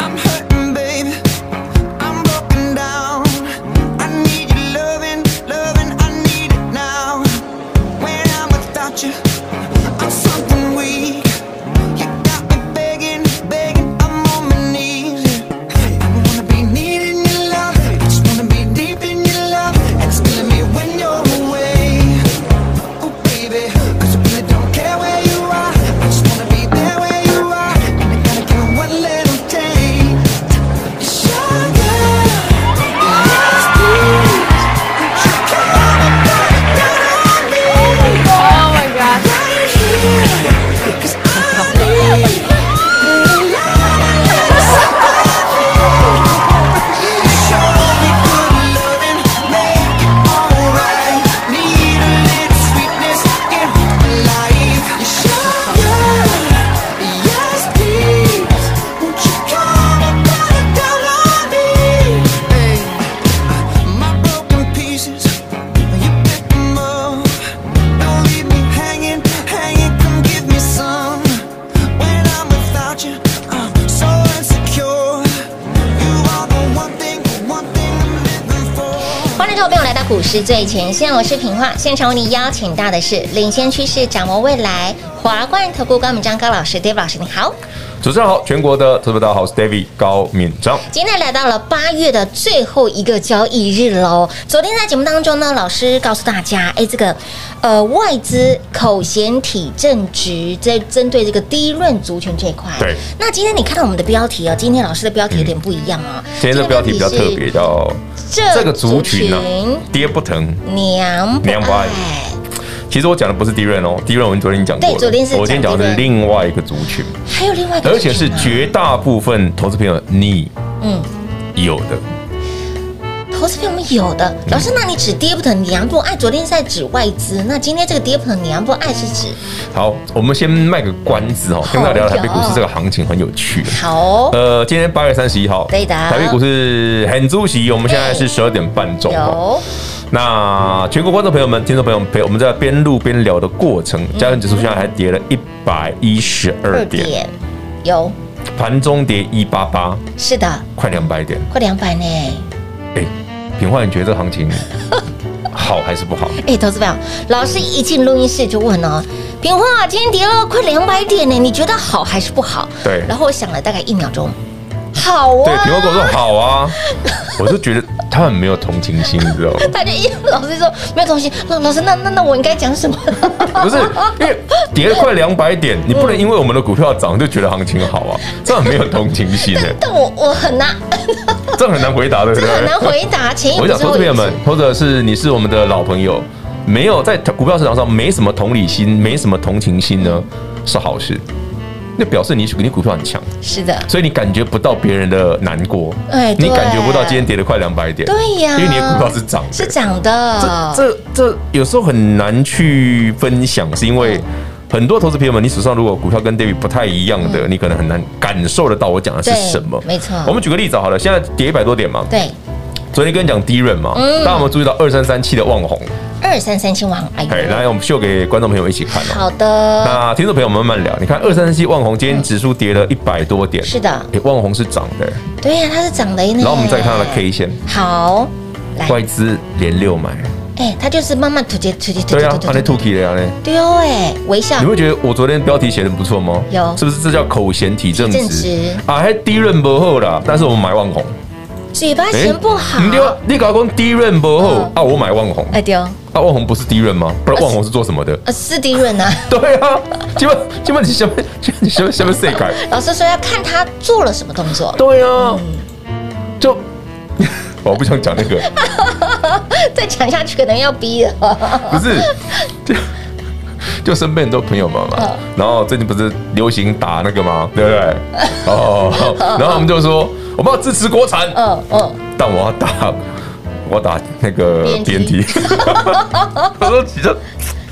I'm hurting, babe. I'm broken down. I need your loving, loving. I need it now. When I'm without you, I'm something weak. You got me begging, begging. I'm on my knees. I wanna be needing your love. I just wanna be deep in your love. And it's killing me when you're away. Oh baby, 'cause I really don't care where you are. I just wanna be there where you are. And I gotta give it one little taste. Oh my god！ My broken pieces, you pick them up. Don't leave me hanging, hanging. Come give me some. When I'm without you, I'm so insecure. You are the one thing, the one thing I'm living for. 欢迎各位朋友来到股市最前线，我是平化。现场为你邀请到的是领先趋势、掌握未来华冠投顾高敏章高老师，David 老师，你好。主持人好，全国的特别大家好，我是 David 高敏章。今天来到了八月的最后一个交易日喽。昨天在节目当中呢，老师告诉大家，哎，这个呃外资口嫌体正直，在针对这个低润族群这一块。对。那今天你看到我们的标题哦，今天老师的标题有点不一样哦。嗯今天的标题比较特别，，叫这“这个族群呢、族爹不疼群娘不娘不爱爱”。其实我讲的不是 D 润哦，D 润我们昨天讲过了，对昨天是讲我今天讲的是另外一个族群，还有另外一个而族群且吗，是绝大部分投资朋友你嗯。有的，投资朋友们有的，嗯老师，那你指跌不疼娘不爱，昨天是在指外资，那今天这个跌不疼娘不爱是指好，我们先卖个关子哦，跟大家聊台北股市这个行情很有趣。好哦呃，今天八月三十一号，对的台北股市很主席，我们现在是十二点半钟哦。有那全国观众朋友们、听众朋友们，陪我们在边录边聊的过程，加权指数现在还跌了一百一十二点，有，盘中跌一八八，是的，快两百点。快两百呢。哎，平花，你觉得这个行情 好还是不好？哎，投资朋友，老师一进录音室就问哦，平花今天跌了快两百点呢，你觉得好还是不好？对然后我想了大概一秒钟，好对，啊。平花跟我说好啊，我就觉得他很没有同情心，你知道吗？ 他就一老师说没有东西，老老师那那那我应该讲什么？ 不是，因为跌了快两百点，你不能因为我们的股票涨就觉得行情好啊，这很没有同情心哎、但我我很难，这很难回答，对不嗯这对？很难回答。前一我秒想钟说，我朋也友是们，或者是你是我们的老朋友，没有在股票市场上没什么同理心，没什么同情心呢，是好事。那表示你你股票很强，是的，所以你感觉不到别人的难过，哎对你感觉不到今天跌了快两百点，对呀因为你的股票是涨的，是涨的，这这这有时候很难去分享，是因为嗯很多投资朋友们，你手上如果股票跟 David 不太一样的，你可能很难感受得到我讲的嗯是对什么。没错我们举个例子好了，现在跌一百多点嘛，对昨天跟你讲低润嘛，大家有没有注意到二三三七的望红？二三三千万，哎哎，来，呦，嗯我们秀给观众朋友一起看哦。好的，那听众朋友们慢慢聊，你看二三三七万红今天指数跌了一百多点，是的，嗯哎，万红是涨的。对呀，它是涨的呢。然后我们再看它哎的 K 线，好，来，外资连六买，哎，它就是慢慢突跌突跌突对跌啊，它那 t 突 o k 了嘞。丢哎，微笑你，会觉得我昨天标题写的不错吗？有是不是这叫口嫌体正体正直直啊？还低润不厚啦，但是我们买万红，嘴巴哎嫌不好，你丢你搞讲低润不厚嗯啊，我买万红，哎丢，啊，万红不是低润吗？不然万红是做什么的？呃，斯迪润啊， 对啊，请问请问你什么？请问你什么什么谁改？老师说要看他做了什么动作，对啊，就 我不想讲 那个， 再讲下去可能要逼了。哦不是就。就身边很多朋友们嘛，然后最近不是流行打那个吗？对不对？哦， 然后他们就说我们要支持国产，嗯嗯，但我要打，我要打那个 BNT BNT。他说：“你这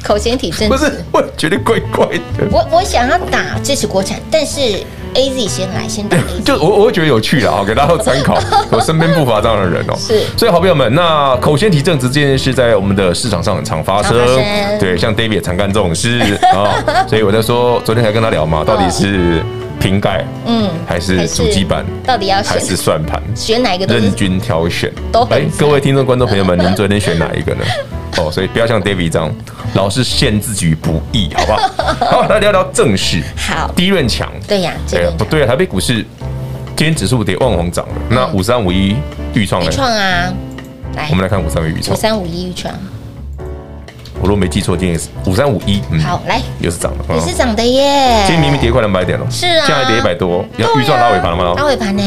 口嫌体正不直。是，我觉得怪怪的。我我想要打支持国产，但是 A Z 先来，先打 A Z。就我我会觉得有趣啦，哦给大家参 考。我身边不乏这样的人哦、是所以好朋友们，那口嫌体正直这件事在我们的市场上很常发生常发生。对，像 David 也常干这种事 啊、所以我在说，昨天才跟他聊嘛，到底是瓶盖，嗯嗯，还是主机板，到底要还是选算盘？选哪一个都任是君挑选哎都。很各位听众、观众朋 友们，您昨天选哪一个呢？哦，所以不要像 David 这样，老是陷自己于不义，好 不好？好，来聊聊正事。好。第一轮强，对呀，这对啊个，嗯不对啊，台北股市今天指数跌，万红涨了。那五三五一预创预呢？创啊，来我们来哦嗯看五三五一预五创，三五一预创，我如果没记错，今天也是五三五一，嗯，好来又是涨了。嗯也是涨的耶。今天明明跌快两百点了，是啊现在跌一百多，要预算拉尾盘了拉吗？尾盘呢？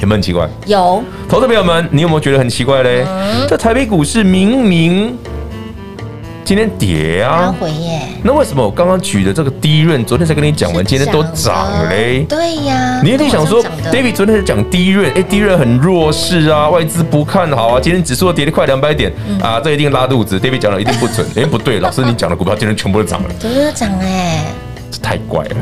有没有很奇怪？有投资朋友们，你有没有觉得很奇怪嘞？嗯这台北股市明明今天跌拉啊，回耶，那为什么我刚刚举的这个低润，昨天才跟你讲完，今天都涨嘞？对呀，你一定想说都往上涨的，David 昨天是讲低润，哎，低润很弱势啊，外资不看好啊，今天指数跌了快两百点嗯啊，这一定拉肚子。David 讲的一定不准，哎，不 对，老师你讲的股票今天全部都涨了，昨天都涨哎，这太怪了。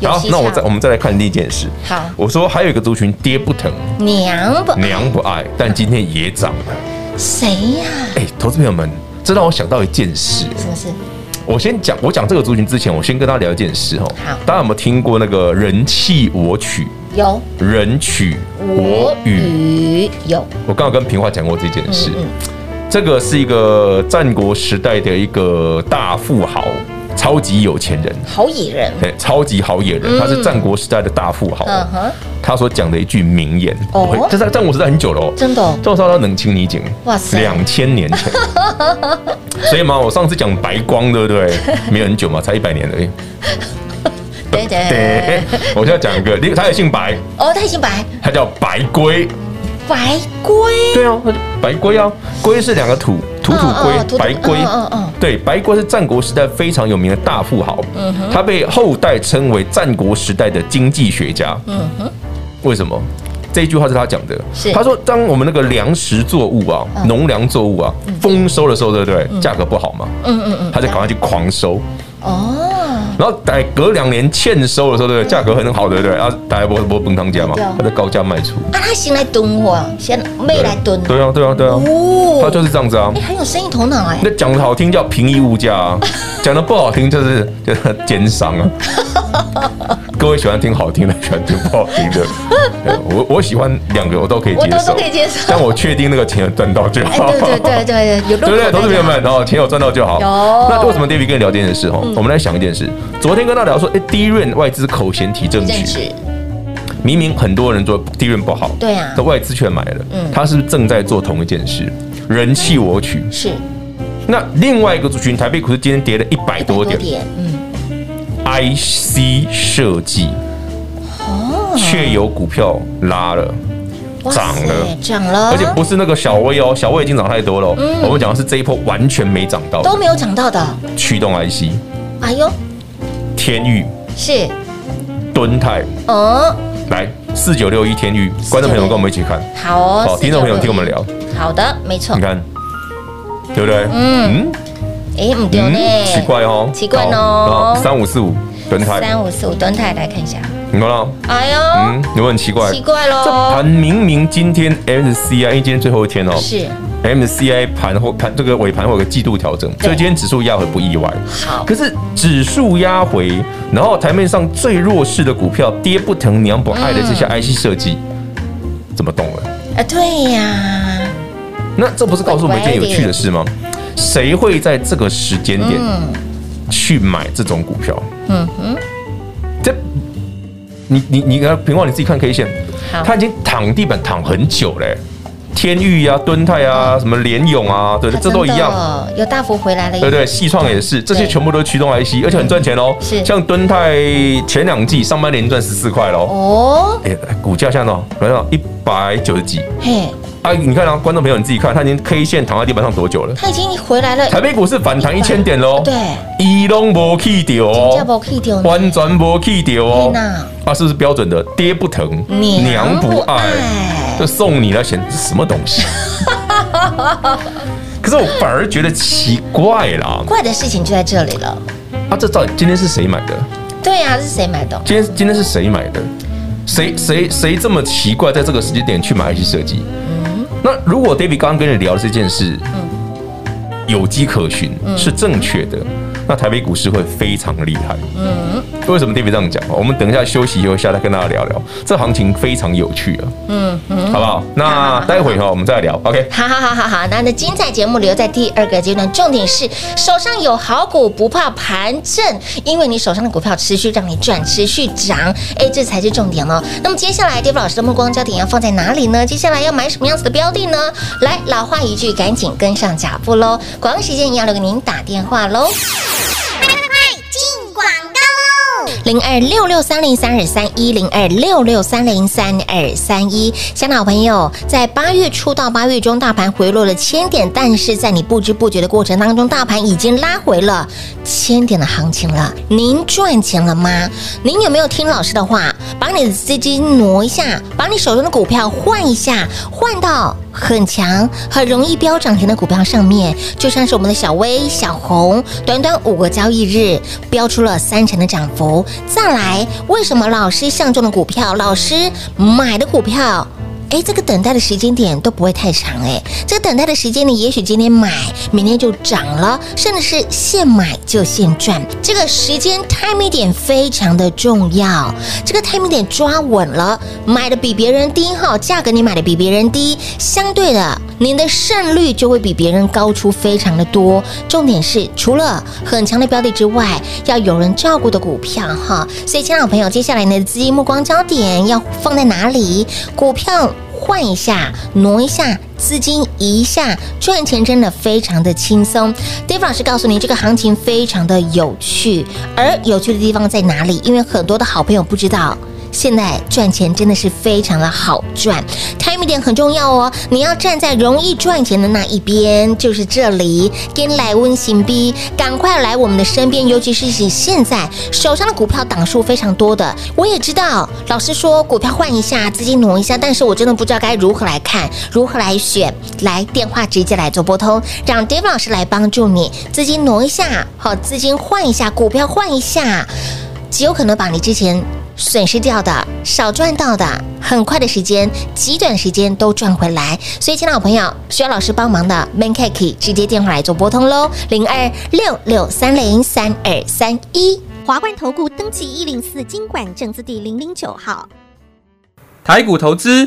有好蹊，跷那我再我们再来看另一件事。好我说还有一个族群爹不 疼，娘不娘不爱，但今天也涨了。谁呀？哎，投资朋友们，这让我想到一件事。什么事？我先讲，我讲这个族群之前，我先跟大家聊一件事哦好。大家有没有听过那个人气我取，有人取我我与？与有我刚好跟平花讲过这件事，嗯这个是一个战国时代的一个大富豪，超级有钱人，好野人，对，超级好野人，他是战国时代的大富豪。哦嗯哼，他所讲的一句名言，哦我会这在战国时代很久了哦，真的哦赵少到冷清你景，哇塞两千 年前。所以嘛，我上次讲白光，对不对？ 没有很久嘛，才一百年而已。对对哎对，， 我现在讲一个，另他也姓白，哦，他已经白他叫白龟。白龟，对啊，他就白龟啊，龟是两个土土土嗯嗯嗯土土龟，白龟嗯嗯嗯。对，白龟是战国时代非常有名的大富豪，他被后代称为战国时代的经济学家。嗯哼，为什么？这一句话是他讲的是，他说，当我们那个粮食作物啊，农粮作物啊，丰收的时候，对不对？价格不好嘛，嗯嗯嗯，他就赶快去狂收，哦，然后在隔两年欠收的时候，对不对？价格很好，对不对？啊，大家不不崩汤价嘛对啊，他在高价卖出，啊，他先来蹲我，先妹来蹲，对啊，对啊，对啊，哦他就是这样子啊哎，。很有生意头脑哎那，讲的好听叫平抑物 价啊，讲的不好听就是就是奸商啊。各位喜欢听好听的，喜欢听不好听 的。对我我喜欢两个，我都可以我接都受都可。以接受，但我确定那个钱有赚到就哎，好。对对对对 对，有路对不对，口投资朋友大们，然后钱有赚到就好。有嗯那为什么 David 跟你聊这件事？哈，我们来想一件事。昨天跟他聊说，哎，低润外资口嫌体正家正直，直，明明很多人说低润不好，对啊嗯那外资却买了，他是不是正在做同一件事？人气我取。是那另外一个族群，台北股市今天跌了一百哎多点点，嗯， ，IC 设计哦，却有股票拉了。哇涨塞了涨了，而且不是那个小微哦，小微已经涨太多了哦。我们讲的是这一波完全没涨到的嗯都没有涨到的，驱动 IC、哎呦，天域、是，敦泰，哦，来四九六一天域，观众朋友们跟我们一起看，好哦，好， 4961听众朋友听我们聊，好的，没错你，看，对不对？嗯哎，唔对呢，奇怪哦，奇怪哦三五四五敦泰，三五四五吨泰来看一下，你看到？哎呦，嗯，有没有很奇怪？奇怪这喽盘，明明今天 MCI，因为今天最后一天哦，是 MCI 盘后盘这个尾盘会有个季度调整，所以今天指数压回不意外。好可是指数压回，然后台面上最弱势的股票，爹不疼娘不爱的这些嗯 IC 设计，怎么动了？啊，对呀，那这不是告诉我们一件有趣的事吗？谁会在这个时间点嗯去买这种股票？嗯哼，这你你你看，平话你自己看 K 线，好它已经躺地板躺很久嘞、天域啊、敦泰哦啊、什么联勇啊，对，它这都一真的样。有大幅回来了，对不对，细创也是，这些对全部都是驱动 IC，而且很赚钱哦。是像敦泰前两季上半年赚十四块喽，哦，哎，股价现在哦，来到一百九十几嘿，啊！你看啊，观众朋友你自己看，它已经 K 线躺在地板上多久了？它已经回来了，台北股市反弹一千点喽，对，伊拢无去掉金价哦，不 K 掉呢，完全无去掉哦天哪，啊，是不是标准的爹不疼娘娘不不爱？爱 就送你了，显这什么东西？可是我反而觉得奇怪啦，怪的事情就在这里了。啊，这到底今天是谁买的？对呀、是谁买的？今天今天是谁买的？谁谁谁这么奇怪，在这个时间点去买 IC 设计？那如果 David 刚刚跟你聊这件事，有迹可循，是正确的，那台北股市会非常厉害。为什么 David 这样讲？我们等一下休息一下，再跟大家聊聊，这行情非常有趣啊。好不好？那待会哈，我们再聊。OK。好好好好好，那那精彩节目留在第二个阶段，重点是手上有好股不怕盘震，因为你手上的股票持续让你赚，持续涨，哎，这才是重点哦。那么接下来 d a 老师的目光焦点要放在哪里呢？接下来要买什么样子的标的呢？来，老话一句，赶紧跟上脚步喽！广告时间一样留给您打电话喽。零二六六三零三二三一零二六六三零三二三一。香港朋友，在八月初到八月中，大盘回落了千点，但是在你不知不觉的过程当中，大盘已经拉回了千点的行情了。您赚钱了吗？您有没有听老师的话，把你的资金挪一下，把你手中的股票换一下，换到很强、很容易飙涨停的股票上面，就像是我们的小微、小红，短短五个交易日飙出了三成的涨幅。再来，为什么老师相中的股票，老师买的股票？哎，这个等待的时间点都不会太长哎，这个等待的时间你也许今天买，明天就涨了，甚至是现买就现赚。这个时间 timing 点非常的重要，这个 timing 点抓稳了，买的比别人低哈，价格你买的比别人低，相对的您的胜率就会比别人高出非常的多。重点是除了很强的标的之外，要有人照顾的股票哈。所以，亲爱的朋友，接下来你的资金目光焦点要放在哪里？股票。换一下，挪一下，资金移一下，赚钱真的非常的轻松。Dave 老师告诉你，这个行情非常的有趣，而有趣的地方在哪里？因为很多的好朋友不知道。现在赚钱真的是非常的好赚，time 点很重要哦。你要站在容易赚钱的那一边，就是这里。跟来温馨逼，赶快来我们的身边，尤其是你现在手上的股票档数非常多的。我也知道，老师说股票换一下，资金挪一下，但是我真的不知道该如何来看，如何来选。来电话直接来做拨通，让 Dave 老师来帮助你，资金挪一下，好，资金换一下，股票换一下。极有可能把你之前损失掉的、少赚到的，很快的时间、极短时间都赚回来。所以，亲爱的朋友，需要老师帮忙的 m a n Cake 直接电话来做拨通喽，零二六六三零三二三一。华冠投顾登记一零四经管证字第零零九号。台股投资，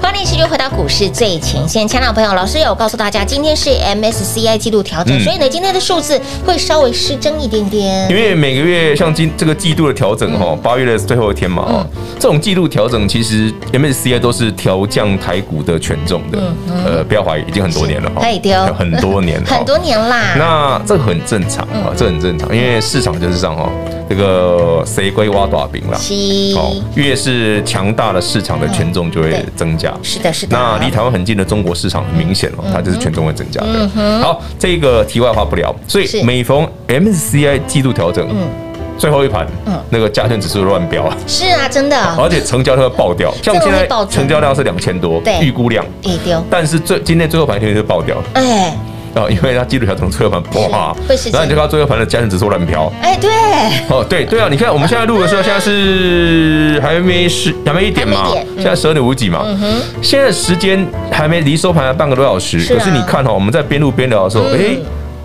欢迎一期就回到股市最前线，亲爱的朋友，老师有告诉大家，今天是 MSCI 季度调整，嗯所以呢，今天的数字会稍微失真一点因点。为每个月像今这个季度的调嗯整哈，八月的最后一天嘛哈，这种季度调整其实 MSCI 都是调降台股的权重的，嗯呃，不要怀疑，已经很多年了哈，哎对哦很多年 了，很多嗯年啦，那这很正常啊，这很正常，因为市场就是这样哈，这个谁归挖大饼啦，七，哦，越是强大的市场的权重就会对增加，是的，是的。那离台湾很近的中国市场很明显哦，它就是权重会增加嗯的。好，这个题外话不聊。所是以每逢 MSCI 季度调整，最后一盘嗯，那个加权指数乱飙啊，是啊，真的，而且成交量会爆掉。像我这们个现会在暴增成交量是两千多对，预估量，哎丢，但是最今天最后盘肯定是爆掉哎啊，因为它季度调整最后盘哇是会实现，然后你就看到最后盘的加权指数乱飙。哎对，哦，对对啊，你看我们现在录的时候，现在是还没十，还没一点还嘛没一点，嗯现在十二点五几嘛，现在时间还没离收盘还半个多小时，是啊可是你看哈、哦我们在边录边聊的时候，嗯诶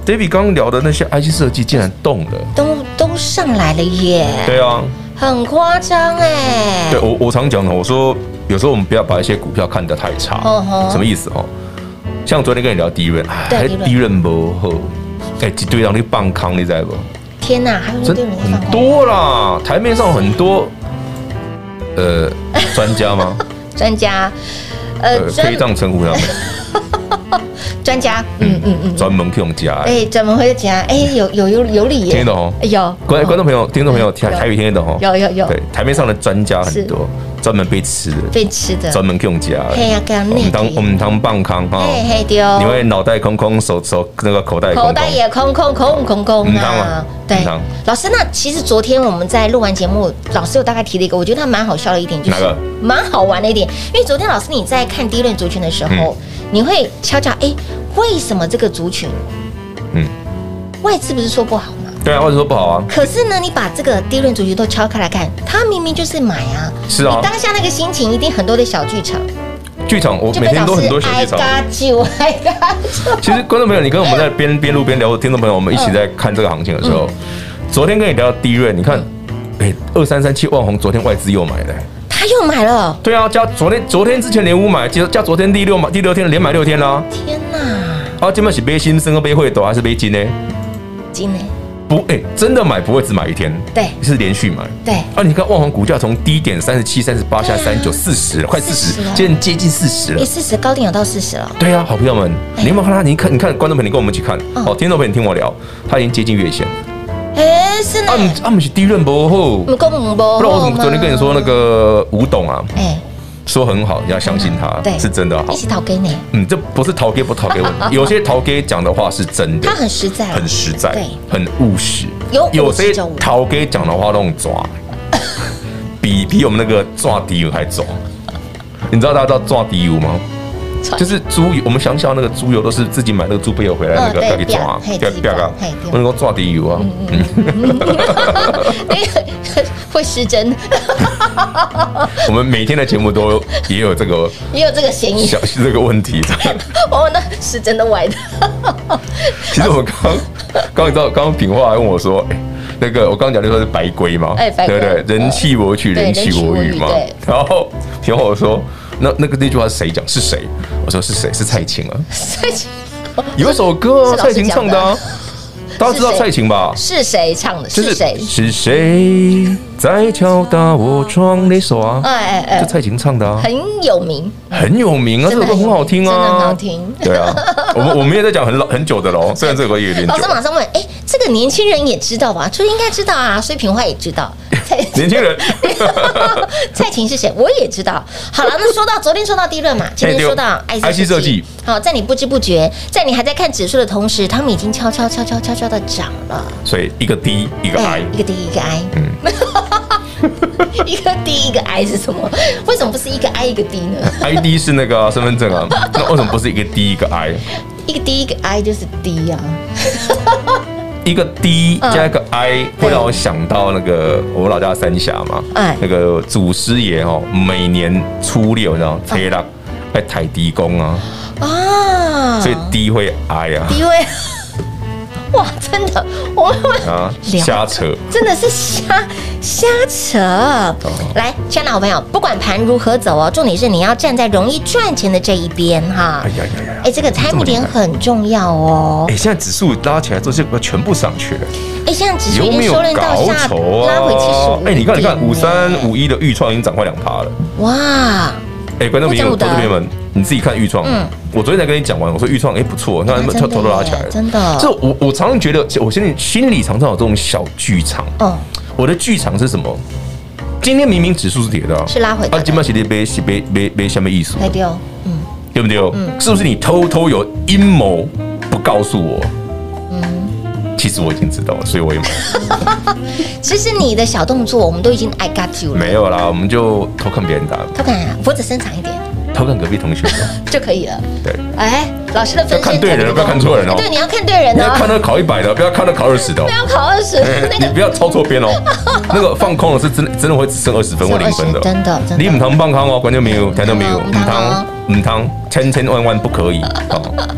d a v i d 刚刚聊的那些 IC 设计竟然动了，都都上来了耶，对啊，很夸张哎对，我我常讲的，我说有时候我们不要把一些股票看得太差哦吼，什么意思哦？像昨天跟你聊第一轮，对哎低润低润不好，哎，一堆让你棒康，你知道不？天哪，还有一真堆人在很放空多啦，台面上很多 呃专家吗？专家，呃呃，可专以这样称呼他们，专家，嗯嗯嗯，专门 Q 家。哎，怎么会讲？哎，有有有有理耶，听得懂哦哎有观观众朋友、听众朋友，台有台语听得懂哦。有有有对，台面上的专家很多，专门被吃的，被吃的，专门 Q 家的。哦嘿呀给他们我们当念我们当棒康哈，嘿嘿丢，你会脑袋空空，手手那个口袋空口空袋。也空空空空空嗯当啊然！对嗯当，老师，那其实昨天我们在录完节目，老师有大概提了一个，我觉得他蛮好笑的一点，就哪是个蛮好玩的一点，因为昨天老师你在看第一轮族群的时候，嗯你会悄悄哎，为什么这个族群，嗯嗯，外资不是说不好吗？对啊，或者说不好啊，可是呢，你把这个第一轮族群都敲开来看，他明明就是买啊，是啊你当下那个心情一定很多的小剧场，剧场我就每被天老都很多师小挨剧场。嘎啾挨嘎啾，其实观众朋友，你跟我们在边边录边聊，听众朋友，我们一起在看这个行情的时嗯候，昨天跟你聊到低瑞，你看，哎，二三三七万红，昨天外资又买了。他又买了，对啊，加昨天昨天之前连五买，加加昨天第六买第六天连买六天啦、天哪，啊。啊，今麦是背新生和背会斗还是背金呢？金呢？不，哎、真的买不会只买一天，对是连续买。对。啊，你看万宏股价从低点三十七、三十八，现在三九、四十了，快四40十哎了，接近接近四十你了。四十高点有到四十了，对啊，好朋友们，你有没有看它？你看，你看，观众朋友，你跟我们一起看。嗯好，听众朋友，你听我聊，它已经接近月线了。哎、是呢啊，，你啊，不是低润不后，我们公母波，不然我怎么昨天跟你说那？个吴董啊，哎、说很好，你要相信他，嗯对啊是真的哦好一。起讨给你，嗯，这不是逃给不逃 给问题，有些逃给讲的话是真的他，很实在，很实在对， 很务实。有有五十些就五逃给讲的话那种抓， 比比我们那个抓底油还抓。你知道大家知道抓底油吗？就是猪油，我们乡下那个猪油都是自己买那个猪背油回来那嗯个对要给抓，嘿要自己要抓啊嘿对，嗯我能够抓底油啊。哎、会失真， 我们每天的节目都也有这个也有这个嫌疑小，这个问题。 往往那是真的歪的， 其实我刚刚你知道，刚刚品话还问我说，哎、那个我刚刚讲的说是白龟嘛，哎白龟对不对？人弃我取，对人弃我人与弃嘛我与对。然后品话我说，那那个那句话是谁讲？是谁？我说是谁？是蔡琴啊，有一首歌、是啊、老师蔡琴唱的、讲啊，大家知道是谁蔡琴吧？是谁唱的？就是谁？是谁在敲打我窗？那首啊，哎哎就蔡琴唱的啊，很有名，很有名啊，这真首的歌很有名很好听啊，真的很好听对啊，我们我们也在讲很老很久的喽，虽然这首歌也有点久老师。马上问，哎、这个年轻人也知道吧？就应该知道啊，所以平花也知 道。蔡年轻人， 蔡琴是谁？我也知道。好了，那说到昨天说到第一轮嘛，今天哎对说到 IC IC 设设计计。好，在你不知不觉，在你还在看指数的同时，他们已经悄悄悄悄悄悄的涨了。哎所以一个 D 一个 I，一个 D 一个 I，嗯 一个 D 一个 I 是什么？为什么不是一个 I 一个 D 呢？ ID 是那个啊、身份证啊，那为什么不是一个 D 一个 I？一个 D 一个 I 就是 D 啊，一个 D 嗯加一个 I 会让我想到那个我们老家的三峡嘛哎，那个祖师爷哦，每年初六然后嗯推了在抬地公啊，啊，所以 D 会 I 啊，因为。 哇，真的，我 们啊，聊瞎扯，真的是瞎瞎扯。哦来，亲爱的好朋友，不管盘如何走哦，重点是你要站在容易赚钱的这一边哈哎。呀呀呀！哎，这个这 time 么厉点害很重要哦哎、。现在指数拉起来之后，这个全部上去了，哎，现在指数有已经没有收敛搞到下头啊？拉回七十五。哎、你看，你看，五三，五一的预创已经涨快两趴了。哇，哎、观众朋不友、得了投资朋友们，你自己看预创。啊嗯我昨天才跟你讲完，我说预创哎不错，那啊它真的偷偷拉起来耶了。真的这我我常常觉得，我心里心里常常有这种小剧场。哦，我的剧场是什么？今天明明指数是跌的、啊，是拉回的啊，今麦是跌杯是杯杯杯下面艺术，来丢，嗯，对不对？是不是你偷偷有阴谋不告诉我？嗯其实我已经知道了，所以我也没其实你的小动作，我们都已经 I got you 了。没，有啦，我们就偷看别人打，偷看啊，脖子伸长一点偷看隔壁同学打。 就可以了。对，哎，老师的分要看身对人特别多不要看错人哦哎对，你要看对人你要看哦，到考一百的，不要看到考二十的哦 不。要考二十哎那 你个不要抄错 边哦，那个放空了是真的真的会只剩二十分或零分的，真的真的你唔通放空哦，观众朋友，听到没 有？唔唔通通哦唔通，千千万万不可以哦。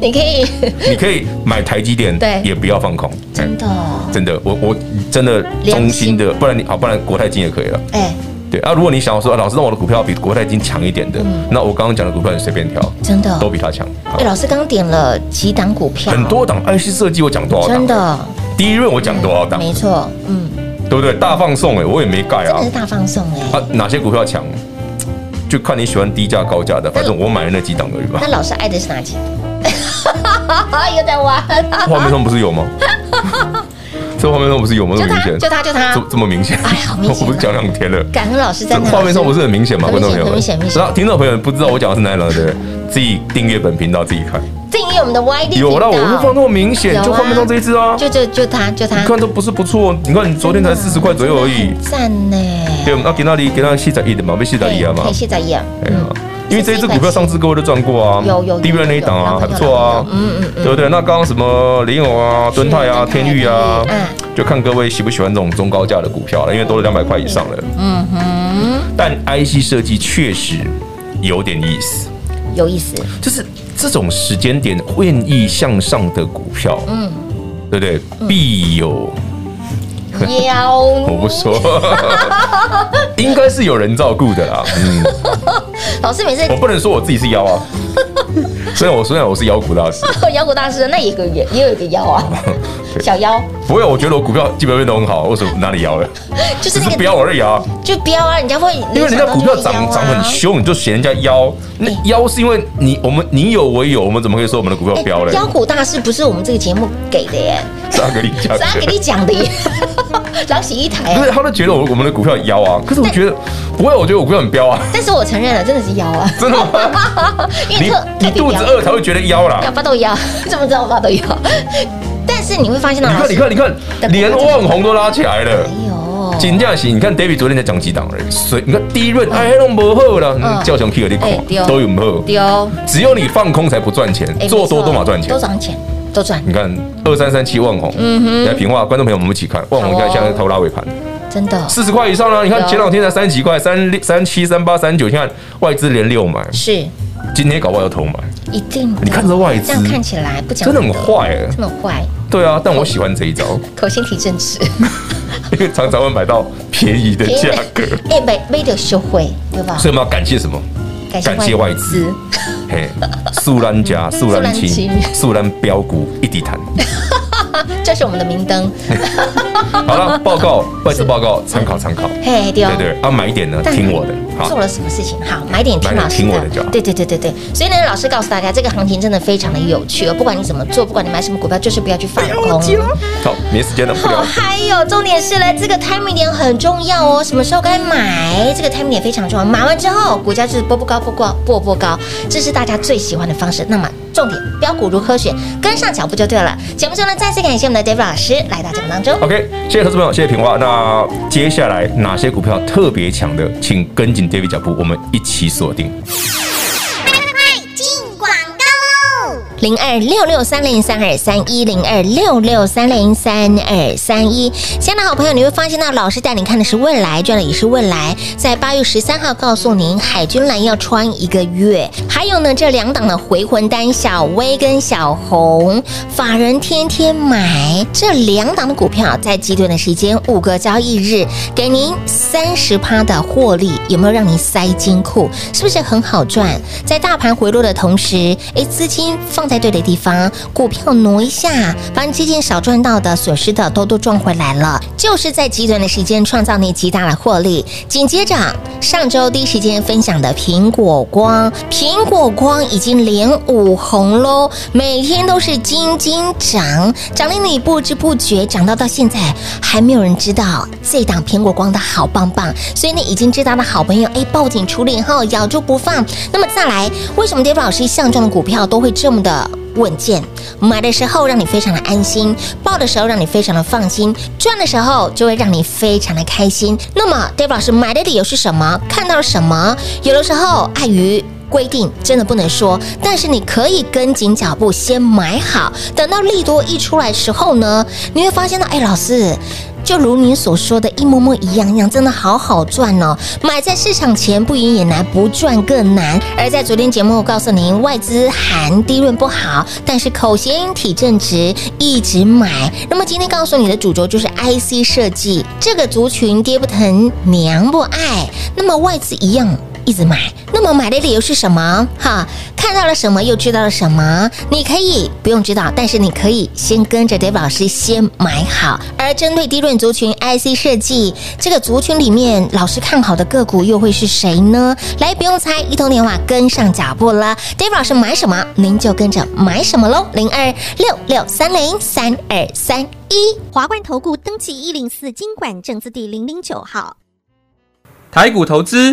你可以你可以买台积电，对也不要放空，哎真的哦，真的，我我真的衷心的，不然你好，不然国泰金也可以了。哎，对啊，如果你想要说，啊老师让我的股票比国泰金强一点的，那我刚刚讲的股票你随便挑，嗯真的哦都比它强。好哎，老师刚点了几档股票，很多档 IC 设计我讲多少档？真，的第一润我讲多少档？没错，嗯，对不对？大放送哎，我也没盖真啊的是。大放送哎。啊，哪些股票强？就看你喜欢低价高价的，反正我买了那几档而已吧那。老师爱的是哪几档？又在玩，画面上不是有 吗？这画面上不是有吗？这就么明他，显，就他，就他这，这么明显，哎好明显啊我不是讲两天了。感恩老师这赞个叹。画面上不是很明显吗？很观明显众朋友们，很明显明显然后听众朋友们不知道我讲的是哪一栏，对不对？ 自己订阅本频道自己看。订阅我们的 YD 有啦，我频就道放那么明显，有就啊画面上这一只啊。就就就他，就他你，看这不是不错？你看你昨天才四十块左右而已很。赞呢。对，啊那给那里给那细仔一的嘛，被细仔一啊嘛可以。卸载页，哎呀嗯，因为这一只股票上次各位都赚过啊，有有有低位那一档啊，有有有还不错啊，嗯嗯嗯，对不对？那刚刚什么林友啊、敦泰啊、敦泰天域啊天域嗯，就看各位喜不喜欢这种中高价的股票了，因为都是两百块以上了。嗯哼，但 IC 设计确实有点意思。有意思，就是这种时间点愿意向上的股票，嗯，对不对？嗯必有，妖，我不说， 应该是有人照顾的啦。嗯，老师每次我不能说我自己是妖 啊，虽然我虽然我是妖股大师，妖股大师，那也有也也有一个妖啊， 对小 妖，不会，我觉得我股票基本面都很好，为什么哪里妖了？就只是那是不个要而已啊，就标啊，人家会因为人家股票联想涨到就涨是妖啊很凶，你就嫌人家妖，那妖是因为你我们你有我有，我们怎么可以说我们的股票哎标嘞？妖股大师不是我们这个节目给的耶，是阿格力加是阿给你讲的耶， 老喜一台不啊。是，他都觉得我我们的股票妖啊，可是我觉得不会，我觉得我股票很 彪啊，但是我承认了，真的是妖啊， 真的吗？因为你特你特别肚子妖，饿才会觉得妖啦要。发豆妖， 怎么知道我发豆妖？但是你会发现你到老看，师你，看，你看，连万红都拉起来了。哎呦，金价型，你看 David 昨天在讲几档而已，所以你看第一轮哎弄不好啦，嗯叫熊 K 有点哎对空，都有不好，丢。只有你放空才不赚钱哎，做多多嘛赚钱都。涨钱，都赚，你看二三三七万红，来评话，观众朋友们我们一起看，万红你看嗯好哦现在头拉尾盘真的四十块以上啦，你看有前两天才三十几块，三六三七三八三九，你看外资连六买，是今天搞不好要头买。一定的。你看这外资这样看起来不讲真的很理坏哎、真的很坏，对啊，但我喜欢这一招，口先提政治，因为常常会买到便宜的价格， 哎，没没得修会，对吧？所以我们要感谢什么？感谢外资，嘿，素兰嗯家、素兰素青兰、青素兰标股一底谈。这是我们的明灯，好了，报 告外资报告参考参考，嘿，对对哦。对，要、啊、买一点呢，但听我的，做好，了什么事情？好，买点听买点老师听我的就好对对对对对。所以呢，老师告诉大家，这个行情真的非常的有趣哦。不管你怎么做，不管你买什么股票，就是不要去放哎空。好，没时间了，不好聊了。嗨哟！重点是呢，这个 timing 点很重要哦，什么时候该买，这个 timing 点非常重要。买完之后，股价就是波波高，波高，波波高，这是大家最喜欢的方式。那么重点，标股如何选，跟上脚步就对了。节目中呢，再次感谢我们的 David 老师来到节目当中。 OK，谢谢投资朋友，谢谢平话。那接下来哪些股票特别强的，请跟紧 David 脚步，我们一起锁定。零二六六三零三二三一零二六六三零三二三一。亲爱的好朋友，你会发现到老师带你看的是未来，赚的也是未来。在八月十三号告诉您，海军蓝要穿一个月。还有呢，这两档的回魂丹小薇跟小红，法人天天买这两档的股票，在极短的时间五个交易日，给您三十趴的获利，有没有让你塞金库？是不是很好赚？在大盘回落的同时，诶，资金放在对的地方，股票挪一下，把你之前少赚到的、损失的都都赚回来了，就是在极短的时间创造你极大的获利。紧接着，上周第一时间分享的苹果光，苹果光已经连五红喽，每天都是金金涨，涨令你不知不觉涨到到现在还没有人知道这档苹果光的好棒棒，所以你已经知道的好朋友，哎，抱紧处理后咬住不放。那么再来，为什么 David 老师相中的股票都会这么的？稳健，买的时候让你非常的安心，报的时候让你非常的放心，赚的时候就会让你非常的开心。那么，Dave 老师买的理由是什么？看到了什么？有的时候哎碍于。规定真的不能说，但是你可以跟紧脚步，先买好。等到利多一出来的时候呢，你会发现到，哎，老师，就如你所说的一模模一样样，真的好好赚哦！买在市场前不赢也难，不赚更难。而在昨天节目，我告诉您，外资含低润不好，但是口谐音体正值一直买。那么今天告诉你的主轴就是 IC 设计这个族群，爹不疼娘不爱。那么外资一样。一直买，那么买的理由是什么？哈，看到了什么又知道了什么？你可以不用知道，但是你可以先跟着 Dave 老师先买好。而针对低润族群 IC 设计这个族群里面，老师看好的个股又会是谁呢？来，不用猜，一通电话跟上脚步了。Dave 老师买什么，您就跟着买什么喽。零二六六三零三二三一。华冠投顾登记一零四经管证字第零零九号。台股投资，